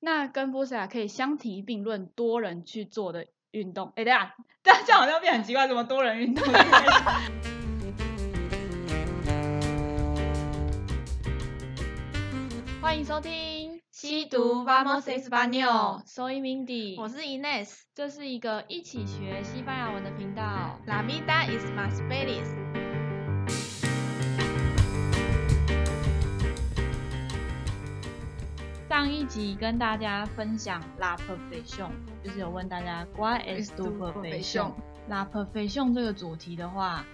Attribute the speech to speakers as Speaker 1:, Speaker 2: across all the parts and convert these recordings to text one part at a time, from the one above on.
Speaker 1: 那跟 Bosa 可以相提并论，多人去做的运动。哎，等一下， 这样这样好像变很奇怪，怎么多人运动？欢迎收听。
Speaker 2: 西毒 Vamos Español
Speaker 1: Soy Mindy，
Speaker 2: 我是 Ines。
Speaker 1: 这是一个一起学西班牙文的频道。
Speaker 2: La vida is más feliz。
Speaker 1: 上一集跟大家分享 La Perfección，就是有问大家 What is
Speaker 2: tu
Speaker 1: tu
Speaker 2: profesión？
Speaker 1: Perfección？La Perfección 这个主题的话，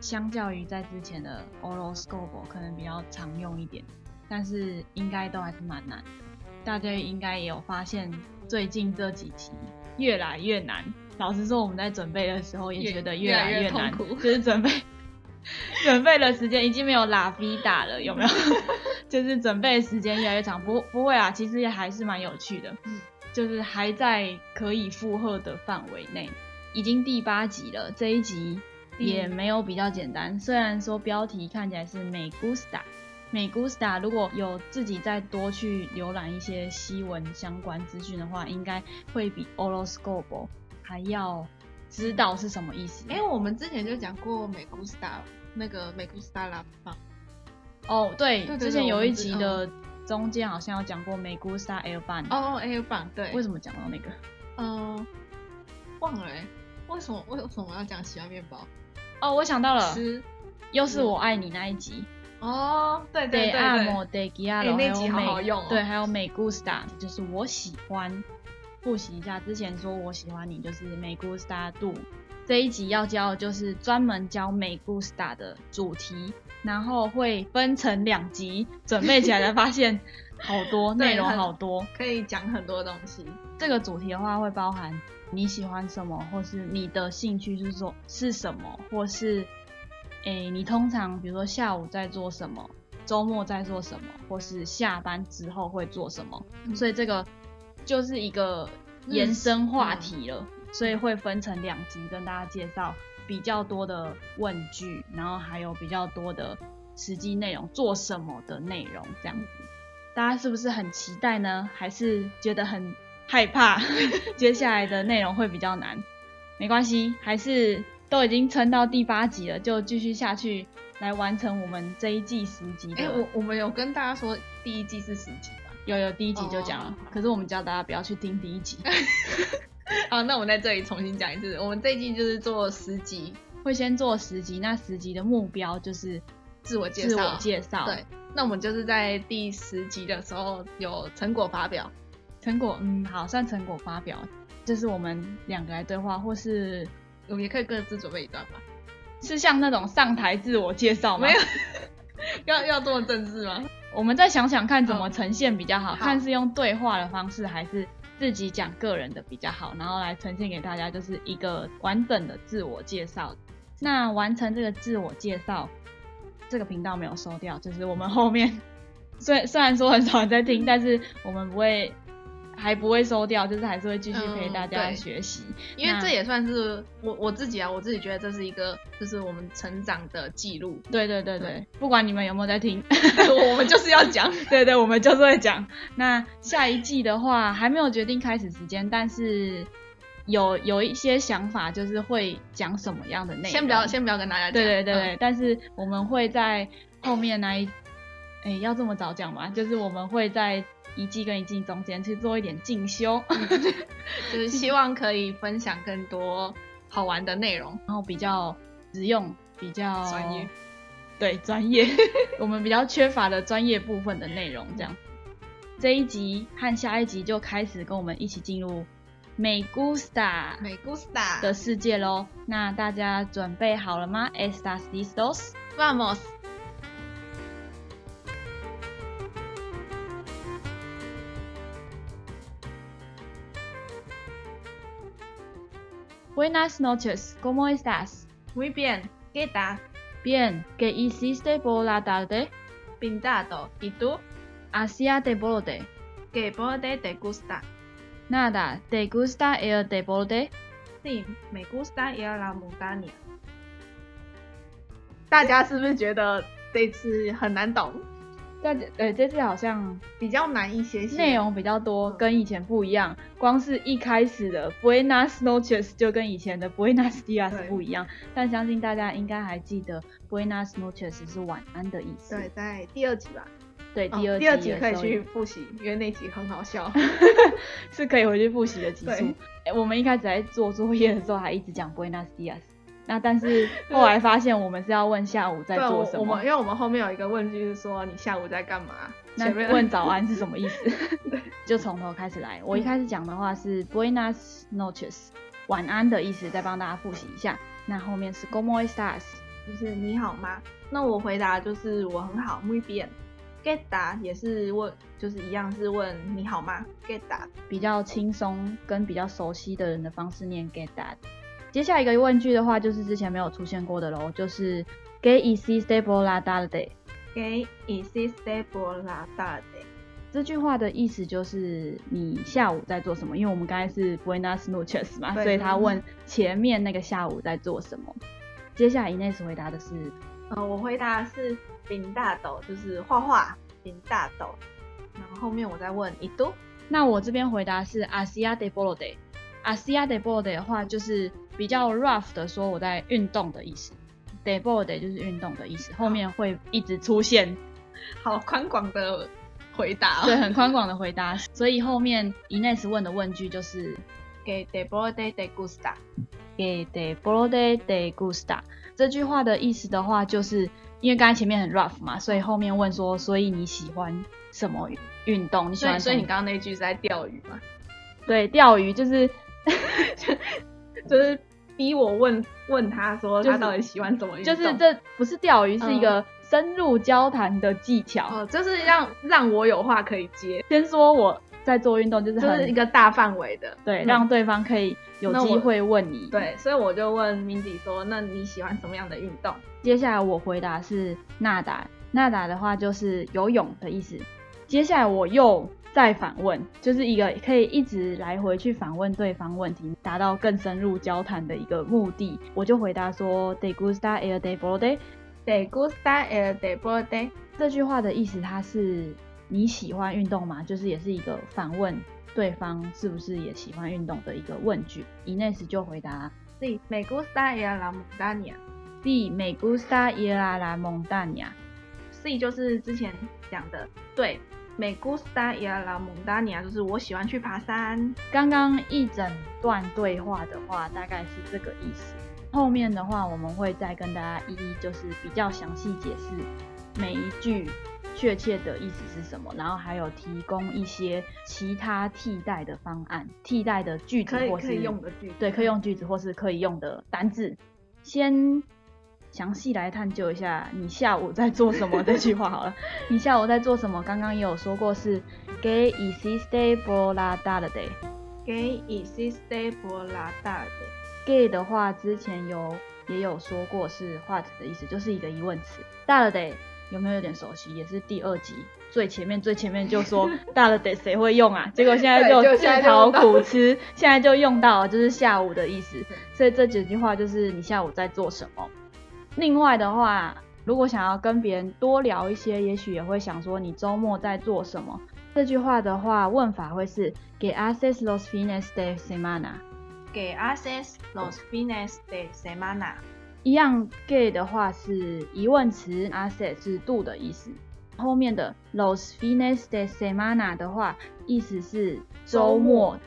Speaker 1: 相较于在之前的 Horoscope 可能比较常用一点，但是应该都还是蛮难的。大家应该也有发现，最近这几期越来越难。老实说，我们在准备的时候也
Speaker 2: 越
Speaker 1: 觉得
Speaker 2: 越来
Speaker 1: 来
Speaker 2: 越
Speaker 1: 越难，
Speaker 2: 痛苦
Speaker 1: 就是准备准备的时间已经没有拉菲打了，有没有？就是准备的时间越来越长，不不会啊，其实还是蛮有趣的，
Speaker 2: 嗯
Speaker 1: 就是还在可以负荷的范围内。已经第八集了，这一集也没有比较简单。虽然说标题看起来是 Me gusta，美 gusta，如果有自己再多去浏览一些西文相关资讯的话，应该会比 horoscope 还要知道是什么意思。
Speaker 2: 哎、我们之前就讲过美姑 star 那个美姑 star 拉嘛，
Speaker 1: 哦，对，
Speaker 2: 对对
Speaker 1: 之前有一集
Speaker 2: 我们知
Speaker 1: 的中间好像有讲过美 gusta el ban，、
Speaker 2: 哦哦 A 棒对，
Speaker 1: 为什么讲到那个？
Speaker 2: 嗯、忘了哎、为什么为什么要讲喜欢面包？
Speaker 1: 哦，我想到了，
Speaker 2: 吃
Speaker 1: 又是我爱你那一集。
Speaker 2: 哦，对对
Speaker 1: 对，
Speaker 2: 对
Speaker 1: 按
Speaker 2: 对，
Speaker 1: 摩 d e g i a
Speaker 2: 哎
Speaker 1: l
Speaker 2: 那集好好用哦
Speaker 1: 对，还有美 gusta，就是我喜欢。复习一下之前说我喜欢你，就是美 gusta do。这一集要教的就是专门教美 gusta 的主题，然后会分成两集，准备起来才发现好多
Speaker 2: 对
Speaker 1: 内容，
Speaker 2: 很
Speaker 1: 好多。
Speaker 2: 可以讲很多东西。
Speaker 1: 这个主题的话会包含你喜欢什么，或是你的兴趣是说是什么，或是诶、你通常比如说下午在做什么，周末在做什么，或是下班之后会做什么，
Speaker 2: 嗯
Speaker 1: 所以这个就是一个延伸话题了，所以会分成两集跟大家介绍比较多的问句，然后还有比较多的实际内容，做什么的内容这样子。大家是不是很期待呢？还是觉得很害怕？ 接下来的内容会比较难，没关系，还是都已经撑到第八集了，就继续下去来完成我们这一季十集的。
Speaker 2: 哎、我我们有跟大家说第一季是十集吧？
Speaker 1: 有有第一集就讲了
Speaker 2: 哦
Speaker 1: 可是我们教大家不要去听第一集，
Speaker 2: 啊，那我们在这里重新讲一次，我们这一季就是做十集
Speaker 1: 会先做十集，那十集的目标就是
Speaker 2: 自我介
Speaker 1: 自我
Speaker 2: 绍，
Speaker 1: 介绍，
Speaker 2: 对，那我们就是在第十集的时候有成果发表，
Speaker 1: 成果，嗯，好，算成果发表，就是我们两个来对话，或是
Speaker 2: 我们也可以各自准备一段吧？
Speaker 1: 是像那种上台自我介绍吗？
Speaker 2: 没有，要要这么正式吗？
Speaker 1: 我们再想想看怎么
Speaker 2: 哦
Speaker 1: 呈现比较好，
Speaker 2: 好
Speaker 1: 看是用对话的方式，还是自己讲个人的比较好，然后来呈现给大家就是一个完整的自我介绍。那完成这个自我介绍，这个频道没有收掉，就是我们后面虽虽然说很少人在
Speaker 2: 嗯
Speaker 1: 听，但是我们不会还不会收掉，就是还是会继续陪大
Speaker 2: 嗯
Speaker 1: 家
Speaker 2: 对
Speaker 1: 学习。
Speaker 2: 因为
Speaker 1: 那
Speaker 2: 这也算是我我自己啊，我自己觉得这是一个就是我们成长的记录，
Speaker 1: 对对对对
Speaker 2: 对，
Speaker 1: 不管你们有没有在听，
Speaker 2: 我们 就是要讲。
Speaker 1: 对对，我们就是会讲。那下一季的话，还没有决定开始时间，但是有有一些想法，就是会讲什么样的内容。
Speaker 2: 先不要，先不要跟大家讲。
Speaker 1: 对对对
Speaker 2: 嗯
Speaker 1: 对，但是我们会在后面那一， 哎，要这么早讲吗？就是我们会在一季跟一季中间去做一点进修，
Speaker 2: 就是希望可以分享更多好玩的 内容。
Speaker 1: 然后比较实用，比较
Speaker 2: 专业，
Speaker 1: 对专业， 我们比较缺乏的专业部分的内容，这样。这一集和下一集就开始跟我们一起进入美 gusta
Speaker 2: 美 gusta
Speaker 1: 的世界喽。那大家准备好了吗？Estas listos？
Speaker 2: vamos。
Speaker 1: Buenas noches, ¿cómo estás?
Speaker 2: Muy bien. ¿Qué tal?
Speaker 1: Bien, ¿qué hiciste por la tarde?
Speaker 2: Pintado. ¿Y tú?
Speaker 1: Hacía deporte.
Speaker 2: ¿Qué borde te gusta?
Speaker 1: Nada, ¿te gusta el deporte?
Speaker 2: Sí, me gusta ir a la montaña。大家是不是觉得这次很难懂？
Speaker 1: 在这对呃这次好像
Speaker 2: 比较难一些些。
Speaker 1: 内容比较多，
Speaker 2: 嗯
Speaker 1: 跟以前不一样。光是一开始的 Buenas noches 就跟以前的 Buenas
Speaker 2: 对
Speaker 1: dias 不一样，但相信大家应该还记得 Buenas noches 是晚安的意思。
Speaker 2: 对，在第二集吧，
Speaker 1: 对，
Speaker 2: 哦
Speaker 1: 第二
Speaker 2: 第二
Speaker 1: 集
Speaker 2: 集
Speaker 1: 的
Speaker 2: 可以
Speaker 1: 时候
Speaker 2: 去复习，因为那集很好 笑。
Speaker 1: 是可以回去复习的集数
Speaker 2: 对。
Speaker 1: 诶我们一开始在做作业的时候还一直讲 Buenos dias，那但 是后来发现我们是要问下午在
Speaker 2: 对，
Speaker 1: 做
Speaker 2: 我
Speaker 1: 什
Speaker 2: 我
Speaker 1: 么
Speaker 2: 们，因为我们后面有一个问句是说你下午在干嘛？
Speaker 1: 那
Speaker 2: 前面
Speaker 1: 问早安是什么意 思？ 就从头开始来。
Speaker 2: 嗯
Speaker 1: 我一开始讲的话是 Buenas noches，晚安的意思，再帮大家复习一下。那后面是 Como estás？
Speaker 2: 就是你好吗？那我回答就是我很好，muy bien。get 答也是问，就是一样是问你好吗？get 答
Speaker 1: 比较轻松跟比较熟悉的人的方式念 get that。接下来一个问句的话，就是之前没有出现过的喽，就是 que hiciste por la tarde。
Speaker 2: que existe por la tarde。
Speaker 1: 这句话的意思就是你下午在做什么？因为我们刚才是 Buenas noches 嘛，
Speaker 2: 对
Speaker 1: 所以他问前面那个下午在做什么。接下来 Ines 回答的是
Speaker 2: 呃，我回答的是饼大斗，就是画画饼大斗。然后后面我再问一度，
Speaker 1: 那我这边回答是 Asia de Bolo Day。Asia de Bolo Day 的话，就是比较 rough 的说我在运动的意思。De Bolo Day 就是运动的意思，后面会一直出现，
Speaker 2: 好宽广的回答、哦
Speaker 1: 对，很宽广的回答。 所以后面 Ines 问的问句就是
Speaker 2: 给 de b o de de gusta。
Speaker 1: 给 de bolo de de gusta 这句话的意思的话，就是因为刚才前面很 rough 嘛，所以后面问说，所以你喜欢什么运动？你喜
Speaker 2: 所以
Speaker 1: 欢
Speaker 2: 所
Speaker 1: 什
Speaker 2: 以
Speaker 1: 么
Speaker 2: 你刚刚那句是在钓鱼嘛？
Speaker 1: 对钓鱼就是
Speaker 2: 就是逼我问问他说
Speaker 1: 就
Speaker 2: 他
Speaker 1: 是
Speaker 2: 到底喜欢什么运
Speaker 1: 就
Speaker 2: 动？
Speaker 1: 是这不是钓鱼，是一个深入交谈的技巧。
Speaker 2: 嗯哦，就是让让我有话可以接，
Speaker 1: 先说我在做运动，就是
Speaker 2: 就
Speaker 1: 很、
Speaker 2: 是一个大范围的。
Speaker 1: 对，
Speaker 2: 嗯
Speaker 1: 让对方可以有
Speaker 2: 那我
Speaker 1: 机会问你。，
Speaker 2: 对，所以我就问 Mindy 说：“那你喜欢什么样的运动
Speaker 1: 接下来我回答是纳达，纳达的话就是游泳的意思。接下来我又再反问，就是一个可以一直来回去反问对方问题，达到更深入交谈的一个目的。我就回答说，de gusta el de b o d e
Speaker 2: ？”De gusta el deporte。
Speaker 1: 这句话的意思，它是你喜欢运动吗？就是也是一个反问对方是不是也喜欢运动的一个问句。Ines 就回答
Speaker 2: Sí, me gusta el la montaña。
Speaker 1: ，sí me gusta ir a la montaña。
Speaker 2: C 就是之前讲的，对，me gusta ir la montaña，就是我喜欢去爬山。
Speaker 1: 刚刚一整段对话的话，大概是这个意思。后面的话，我们会再跟大家一一就是比较详细解释每一句确切的意思是什么，然后还有提供一些其他替代的方案、替代的句子
Speaker 2: 可以
Speaker 1: 嗯或是
Speaker 2: 可以用的句子
Speaker 1: 对，可以用句子或是可以用的单字。先详细来探究一下你下午在做什么这句话好了。你下午在做什么？刚刚也有说过是 “que hiciste por la tarde”。
Speaker 2: Que existe por la tarde。
Speaker 1: gay 的话，之前有也有说过是 what 的意思，就是一个疑问词。大了得有没有有点熟悉？也是第二集最前面最前面就 说大了得谁会用啊？结果现在
Speaker 2: 对就
Speaker 1: 自
Speaker 2: 现在就
Speaker 1: 讨
Speaker 2: 用到
Speaker 1: 苦吃，现在就用到了，就是下午的意思。所以这几句话就是你下午在做什么。另外的话，如果想要跟别人多聊一些，也许也会想说你周末在做什么。这句话的话，问法会是 que haces los fines de semana。
Speaker 2: Que haces los fines de semana。
Speaker 1: 一样 gay 的话是疑问词 a s e t 是 do 的意思。后面的 los fines de semana 的话，意思是周
Speaker 2: 周
Speaker 1: 末
Speaker 2: 末。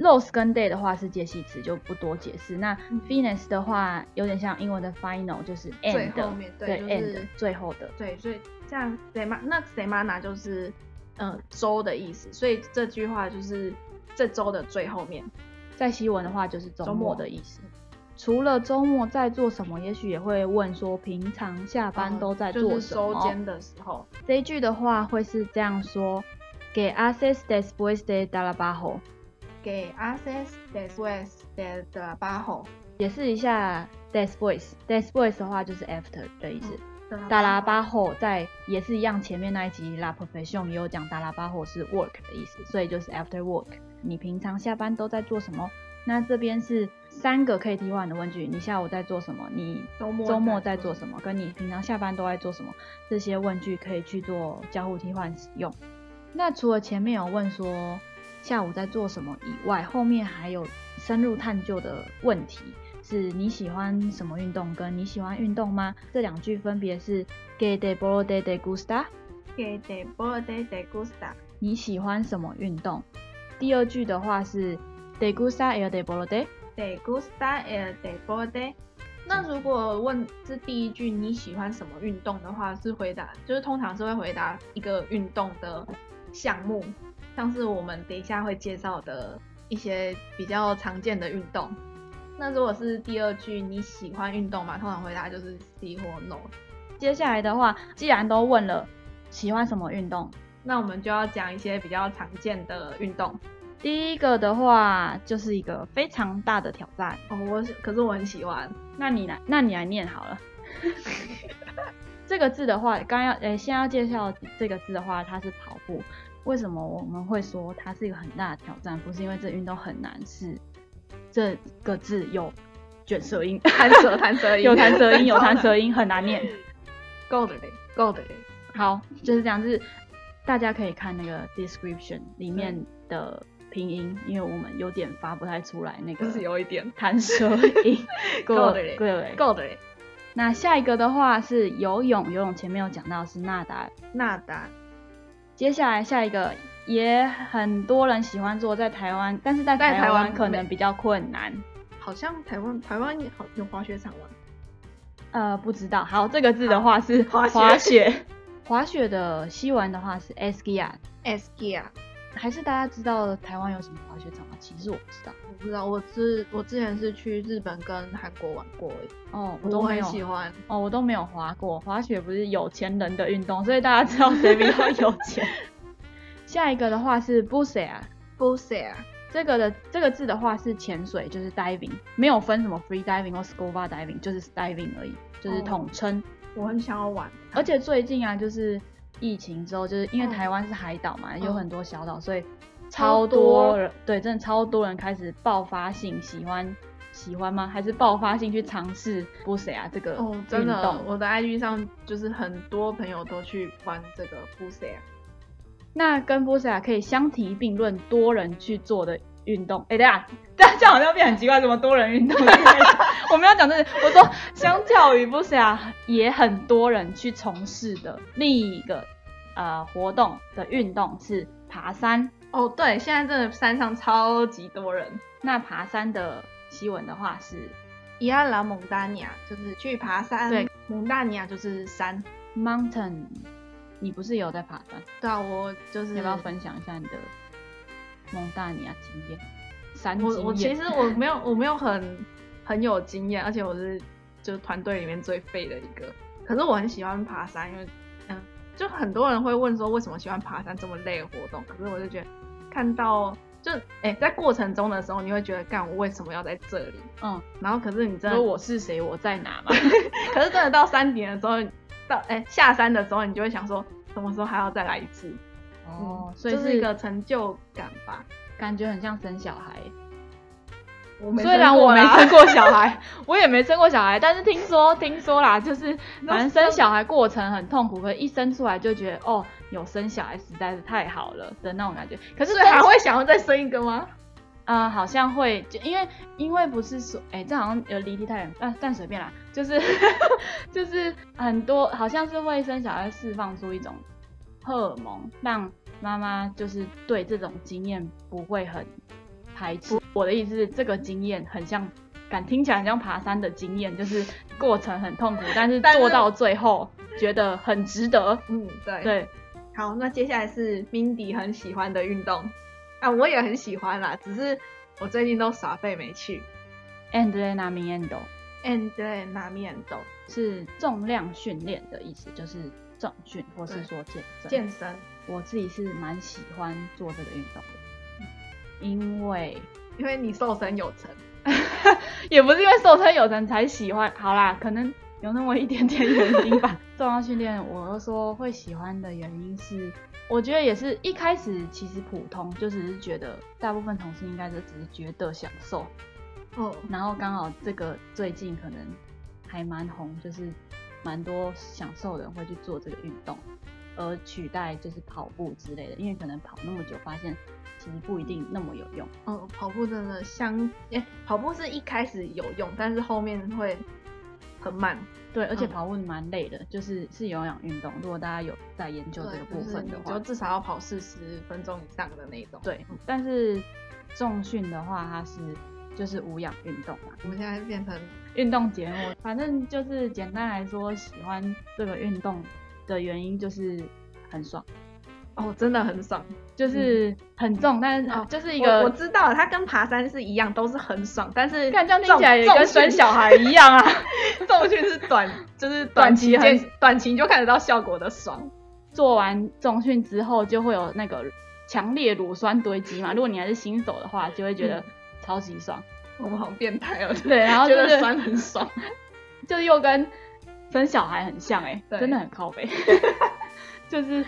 Speaker 1: los 跟 day 的话是介系词，就不多解释。那
Speaker 2: 嗯
Speaker 1: fines 的话有点像英文的 final，就是 end，
Speaker 2: 最后面对
Speaker 1: 对
Speaker 2: 就是
Speaker 1: end 最后的。
Speaker 2: 对，所以这样 sema 那 semana 就是呃周的意思，所以这句话就是这周的最后面。
Speaker 1: 在西文的话就是周
Speaker 2: 周
Speaker 1: 末
Speaker 2: 末
Speaker 1: 的意思。除了周末在做什么，也许也会问说平常下班都在
Speaker 2: 嗯呃就
Speaker 1: 做
Speaker 2: 是
Speaker 1: 什么。
Speaker 2: 周间的时候，
Speaker 1: 这一句的话会是这样说：Que haces después de trabajo？
Speaker 2: 给 haces después de trabajo。
Speaker 1: 解释一下 después，después 的话就是 after 的意思。达拉
Speaker 2: trabajo
Speaker 1: 巴后在也是一样，前面那一集 La Profession 也有讲达拉巴后是 work 的意思，所以就是 after work。你平常下班都在做什么？那这边是三个可以替换的问句，你下午在做什么？你
Speaker 2: 周末
Speaker 1: 周末
Speaker 2: 在
Speaker 1: 在
Speaker 2: 做
Speaker 1: 做什么？跟你平常下班都在做什么？这些问句可以去做交互替换使用。那除了前面有问说下午在做什么以外，后面还有深入探究的问题，是你喜欢什么运动？跟你喜欢运动吗？这两句分别是 que te b o r d e de gusta。
Speaker 2: Que te puede te gusta，
Speaker 1: 你喜欢什么运动？第二句的话是 te gusta el deporte。
Speaker 2: te gusta el deporte。那
Speaker 1: 嗯
Speaker 2: 如果问是第一句你喜欢什么运动的话，是回答就是通常是会回答一个运动的项目，像是我们等一下会介绍的一些比较常见的运动。那如果是第二句你喜欢运动吗？通常回答就是 sí 或 no。
Speaker 1: 接下来的话，既然都问了喜欢什么运动，
Speaker 2: 那我们就要讲一些比较常见的运动
Speaker 1: 第一个的话就是一个非常大的挑战。
Speaker 2: 哦，我是可是我很喜欢
Speaker 1: 那你来，那你来念好了。 这个字的话，刚要呃，先要介绍这个字的话，它是跑步。为什么我们会说它是一个很大的挑战？不是因为这运动很难，是这个字有卷舌音，
Speaker 2: 弹舌弹舌音，
Speaker 1: 有弹舌音，有弹舌
Speaker 2: 音，
Speaker 1: 音，很难念。
Speaker 2: 够了嘞，够了嘞。
Speaker 1: 好，就是这样，就是大家可以看那个 description 里面的拼音，因为我们有点发不太出来那个
Speaker 2: 就是有一点
Speaker 1: 弹舌 音。
Speaker 2: 够的嘞
Speaker 1: 各位，
Speaker 2: 够的嘞。
Speaker 1: 那下一个的话是游泳，游泳前面有讲到是纳达，
Speaker 2: 那达
Speaker 1: 接下来下一个也很多人喜欢做，在台湾，但是在
Speaker 2: 在台
Speaker 1: 台
Speaker 2: 湾
Speaker 1: 湾可
Speaker 2: 没
Speaker 1: 能比较困难。
Speaker 2: 好像台湾台湾好有滑雪场吗？
Speaker 1: 呃，不知道。好，这个字的话是
Speaker 2: 好滑雪
Speaker 1: 滑雪， 滑雪的西文的话是 eskia，
Speaker 2: s k 啊，
Speaker 1: 还是大家知道台湾有什么滑雪场吗？其实我不知道。
Speaker 2: 我不知道，我之我之前是去日本跟韩国玩过而已，
Speaker 1: 哦，我
Speaker 2: 我啊
Speaker 1: 都没
Speaker 2: 很
Speaker 1: 有
Speaker 2: 喜欢。
Speaker 1: 哦，我都没有滑过。滑雪不是有钱人的运动，所以大家知道谁比较有钱。 下一个的话是 b u s e 啊，
Speaker 2: 不 u 啊，
Speaker 1: 这个的这个字的话是潜水，就是 diving，没有分什么 free diving 或 scuba diving，就是 diving 而已，就是
Speaker 2: 哦
Speaker 1: 统称。
Speaker 2: 我很想要玩。
Speaker 1: 而且最近啊，就是疫情之后，就是因为台湾是海岛嘛，
Speaker 2: 嗯
Speaker 1: 有很多小岛，所以超
Speaker 2: 超多
Speaker 1: 多人，对，真的超多人开始爆发性喜欢喜欢吗？还是爆发性去尝试 b u s e 啊这个
Speaker 2: 哦，真
Speaker 1: 运
Speaker 2: 的，
Speaker 1: 动？
Speaker 2: 我的 IG 上就是很多朋友都去玩这个不 u 啊。
Speaker 1: 那跟 b u s e 啊可以相提并论，多人去做的。运动，哎、等一下， 这样这样好像变很奇怪，怎么多人运动？ 我们要讲这个，我说相较于 b u s e 啊，也很多人去从事的另一个呃活动的运动是爬山。
Speaker 2: 哦，对，现在真的山上超级多人。
Speaker 1: 那爬山的西文的话是
Speaker 2: 伊阿拉蒙大尼亚就是去爬山，
Speaker 1: 对，
Speaker 2: 蒙大尼亚就是山。
Speaker 1: mountain，你不是有在爬山？
Speaker 2: 对啊，我就是
Speaker 1: 要不要分享一下你的蒙大尼亚经验？山经
Speaker 2: 我我其
Speaker 1: 验
Speaker 2: 实我没有我没有很很有经验，而且我是就是团队里面最废的一个。可是我很喜欢爬山，因为嗯，就很多人会问说为什么喜欢爬山这么累的活动，可是我就觉得看到就哎、在过程中的时候，你会觉得干我为什么要在这里？
Speaker 1: 嗯，
Speaker 2: 然后可是你真的
Speaker 1: 说我是谁，我在哪嘛？
Speaker 2: 可是真的到山顶的时候，到哎、下山的时候，你就会想说什么时候还要再来一次？
Speaker 1: 哦
Speaker 2: 嗯，
Speaker 1: 所以
Speaker 2: 就是一个成就感吧。
Speaker 1: 感觉很像生小孩。
Speaker 2: 我没
Speaker 1: 虽然
Speaker 2: 生过
Speaker 1: 我没
Speaker 2: 啦
Speaker 1: 生过小孩， 我也没生过小孩，但是听说听说啦，就是
Speaker 2: 那
Speaker 1: 反正生小孩过程很痛苦，可是一生出来就觉得哦，有生小孩实在是太好了的那种感觉。可是
Speaker 2: 所以还会想要再生一个吗？
Speaker 1: 啊、好像会，就因为因为不是说，哎、这好像有离题太远，啊但但随便啦， 就是就是嗯很多，好像是会生小孩释放出一种荷尔蒙，让妈妈就是对这种经验不会很排斥。我的意思是，这个经验很像，感听起来很像爬山的经验，就是过程很痛苦，但是
Speaker 2: 但是
Speaker 1: 做到最后觉得很值得。
Speaker 2: 嗯，对。
Speaker 1: 对，
Speaker 2: 好，那接下来是 Mindy 很喜欢的运动啊，我也很喜欢啦，只是我最近都耍废没去。
Speaker 1: ，and then I'm in d o
Speaker 2: And 对，拿面斗
Speaker 1: 是重量训练的意思，就是重训或是说健身。
Speaker 2: 健身，
Speaker 1: 我自己是蛮喜欢做这个运动的，因为
Speaker 2: 因为你瘦身有成。
Speaker 1: 也不是因为瘦身有成才喜欢，好啦，可能有那么一点点原因吧。 重量训练，我又说会喜欢的原因是，我觉得也是一开始其实普通，就只是觉得大部分同事应该就只是觉得享受，
Speaker 2: 嗯
Speaker 1: 然后刚好这个最近可能还蛮红，就是蛮多享受的人会去做这个运动，而取代就是跑步之类的，因为可能跑那么久，发现其实不一定那么有用。
Speaker 2: 嗯，跑步真的相，诶、跑步是一开始有用，但是后面会很慢。
Speaker 1: 对，而且
Speaker 2: 嗯
Speaker 1: 跑步蛮累的，就是是有氧运动。如果大家有在研究这
Speaker 2: 对
Speaker 1: 个部
Speaker 2: 就是
Speaker 1: 分
Speaker 2: 你
Speaker 1: 的
Speaker 2: 就嗯
Speaker 1: 话，
Speaker 2: 至少要跑四十分钟以上的那种。
Speaker 1: 对，但是重训的话，它是就是无氧运动嘛，
Speaker 2: 我们现在变成
Speaker 1: 运动节目，反正就是简单来说，喜欢这个运动的原因就是很爽，
Speaker 2: 哦，真的很爽。
Speaker 1: 就是很重，但是、
Speaker 2: 嗯哦
Speaker 1: 就是
Speaker 2: 我
Speaker 1: 一个
Speaker 2: 我知道了，它跟爬山是一样，都是很爽，但是
Speaker 1: 看这样听
Speaker 2: 重
Speaker 1: 起来也跟生小孩一样啊。
Speaker 2: 重训是短，就是
Speaker 1: 短
Speaker 2: 短
Speaker 1: 期
Speaker 2: 期
Speaker 1: 很
Speaker 2: 见短期就看得到效果的爽。
Speaker 1: 做完重训之后，就会有那个强烈乳酸堆积嘛。如果你还是新手的话，就会觉得
Speaker 2: 嗯
Speaker 1: 超级爽。
Speaker 2: 我们好变态哦，
Speaker 1: 对，然后就
Speaker 2: 觉得
Speaker 1: 是
Speaker 2: 酸很爽。
Speaker 1: 就是又跟生小孩很像哎、
Speaker 2: 对
Speaker 1: 真的很靠背， 就是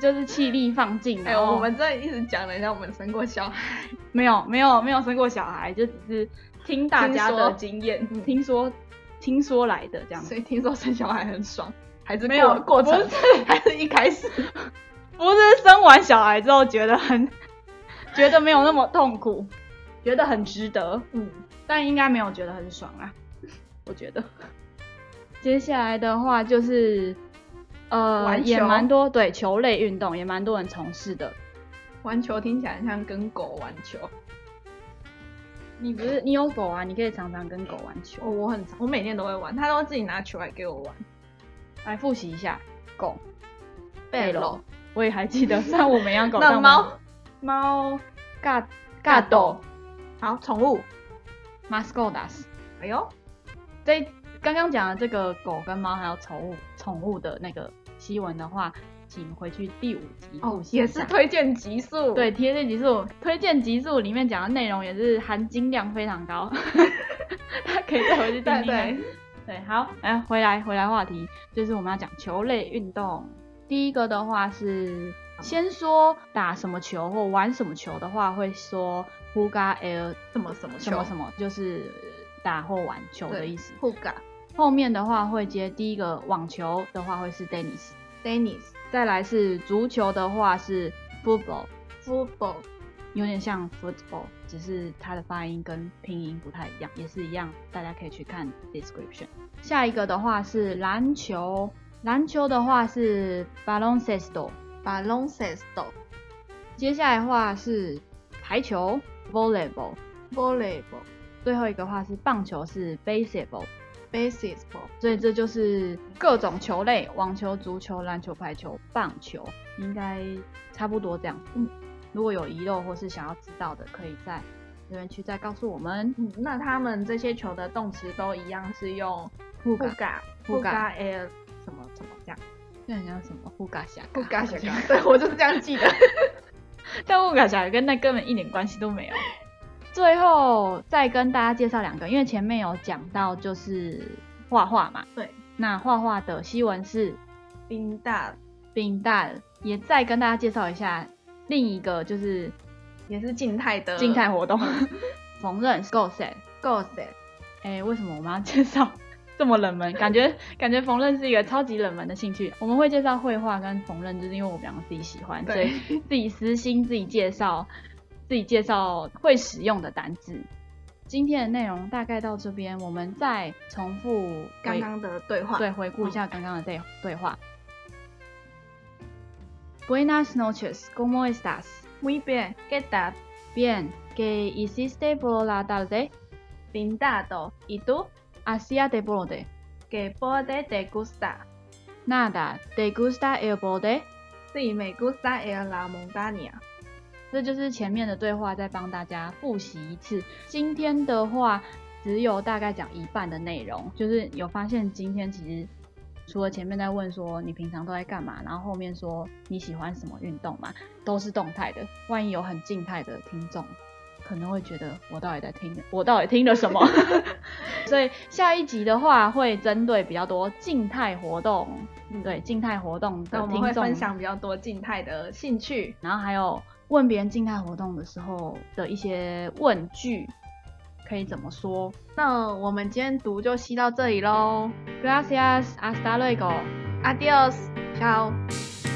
Speaker 1: 就是气力放尽。
Speaker 2: 哎、
Speaker 1: 然后
Speaker 2: 我们这一直讲人家我们生过小孩，
Speaker 1: 没有没有没有生过小孩，就只是听大家的
Speaker 2: 听
Speaker 1: 经验，
Speaker 2: 嗯
Speaker 1: 听说听说来的这样子。
Speaker 2: 所以听说生小孩很爽，还是
Speaker 1: 没有
Speaker 2: 过过程
Speaker 1: 不，
Speaker 2: 还是一开始。
Speaker 1: 不是生完小孩之后觉得很觉得没有那么痛苦，觉得很值得，
Speaker 2: 嗯，
Speaker 1: 但应该没有觉得很爽啊，我觉得。接下来的话就是，呃，
Speaker 2: 玩球
Speaker 1: 也蛮多对球类运动也蛮多人从事的。
Speaker 2: 玩球听起来很像跟狗玩球。
Speaker 1: 你不是你有狗啊？你可以常常跟狗玩
Speaker 2: 哦，
Speaker 1: 球。
Speaker 2: 我很我每天都会玩，他都自己拿球来给我玩。
Speaker 1: 来复习一下狗，
Speaker 2: 贝
Speaker 1: 楼
Speaker 2: 洛，
Speaker 1: 我也还记得，虽然我没养狗，
Speaker 2: 那
Speaker 1: 但我们
Speaker 2: 猫
Speaker 1: 猫嘎
Speaker 2: 大
Speaker 1: 嘎斗，
Speaker 2: 好，宠物。
Speaker 1: mascotas。
Speaker 2: 哎呦，
Speaker 1: 这刚刚讲的这个狗跟猫还有宠物宠物的那个新闻的话，请回去第五集复
Speaker 2: 哦，
Speaker 1: 习一
Speaker 2: 也是
Speaker 1: 下。
Speaker 2: 推荐集数。
Speaker 1: 对，，贴荐集数推荐集数里面讲的内容也是含金量非常高，大家可以再回去听
Speaker 2: 对
Speaker 1: 听看。
Speaker 2: 对，
Speaker 1: 对，好，哎，回来回来话题，就是我们要讲球类运动。第一个的话是，先说打什么球或玩什么球的话，会说 “huga air”
Speaker 2: 什么什么
Speaker 1: 什么什么，就是打或玩球的意思。
Speaker 2: h o g a
Speaker 1: 后面的话会接第一个网球的话会是 “tennis”，
Speaker 2: Dennis
Speaker 1: 再来是足球的话是 “football”，
Speaker 2: football
Speaker 1: 有点像 “football”，只是它的发音跟拼音不太一样，也是一样，大家可以去看 description。下一个的话是篮球，篮球的话是 baloncesto，
Speaker 2: baloncesto
Speaker 1: 接下来的话是排球 volleyball，
Speaker 2: volleyball
Speaker 1: 最后一个话是棒球是 baseball，
Speaker 2: baseball
Speaker 1: 所以这就是各种球类，网球、足球、篮球、排球、棒球，应该差不多这样。嗯，如果有遗漏或是想要知道的，可以在留言区再告诉我们。
Speaker 2: 嗯，那他们这些球的动词都一样是用
Speaker 1: Huga
Speaker 2: Huga
Speaker 1: Huga
Speaker 2: Huga air 什么什么这样
Speaker 1: 这很像什么？呼嘎侠
Speaker 2: Huga 小 刚，对我就是这样记的。
Speaker 1: 但我感觉跟那根本一点关系都没有。最后再跟大家介绍两个，因为前面有讲到就是画画嘛，
Speaker 2: 对，
Speaker 1: 那画画的西文是
Speaker 2: 冰大
Speaker 1: 冰蛋，也再跟大家介绍一下另一个就是
Speaker 2: 也是静态的
Speaker 1: 静态活动，
Speaker 2: 嗯
Speaker 1: 缝纫 s c o s e t
Speaker 2: g o s e
Speaker 1: 哎、为什么我们要介绍 这么冷门？感觉感觉缝纫是一个超级冷门的兴趣。我们会介绍绘画跟缝纫，就是因为我们两个自己喜欢，所以
Speaker 2: 对
Speaker 1: 自己私心自己介绍，自己介绍会使用的单字。今天的内容大概到这边，我们再重复回
Speaker 2: 刚刚的对话。
Speaker 1: 对回顾一下刚刚的对对话。Buenas noches, ¿cómo estás?
Speaker 2: Muy bien, ¿qué tal?
Speaker 1: Bien, ¿qué hiciste por la tarde?
Speaker 2: Pintado. ¿Y tú?
Speaker 1: Hacía deporte.
Speaker 2: ¿Qué borde te gusta?
Speaker 1: Nada, ¿te gusta el borde?
Speaker 2: Sí, me gusta el la montaña.
Speaker 1: 这就是前面的对话，再帮大家复习一次。今天的话，只有大概讲一半的内容，就是有发现今天其实除了前面在问说你平常都在干嘛，然后后面说你喜欢什么运动嘛，都是动态的。万一有很静态的听众，可能会觉得我到底在听，我到底听了什么？ 所以下一集的话，会针对比较多静态活动，对静态活动的
Speaker 2: 嗯那我
Speaker 1: 听
Speaker 2: 们会
Speaker 1: 众
Speaker 2: 分享比较多静态的兴趣。
Speaker 1: 然后还有问别人静态活动的时候的一些问句，可以怎么说。
Speaker 2: 那我们今天读就吸到这里喽
Speaker 1: Gracias hasta luego。
Speaker 2: ，Adios，ciao。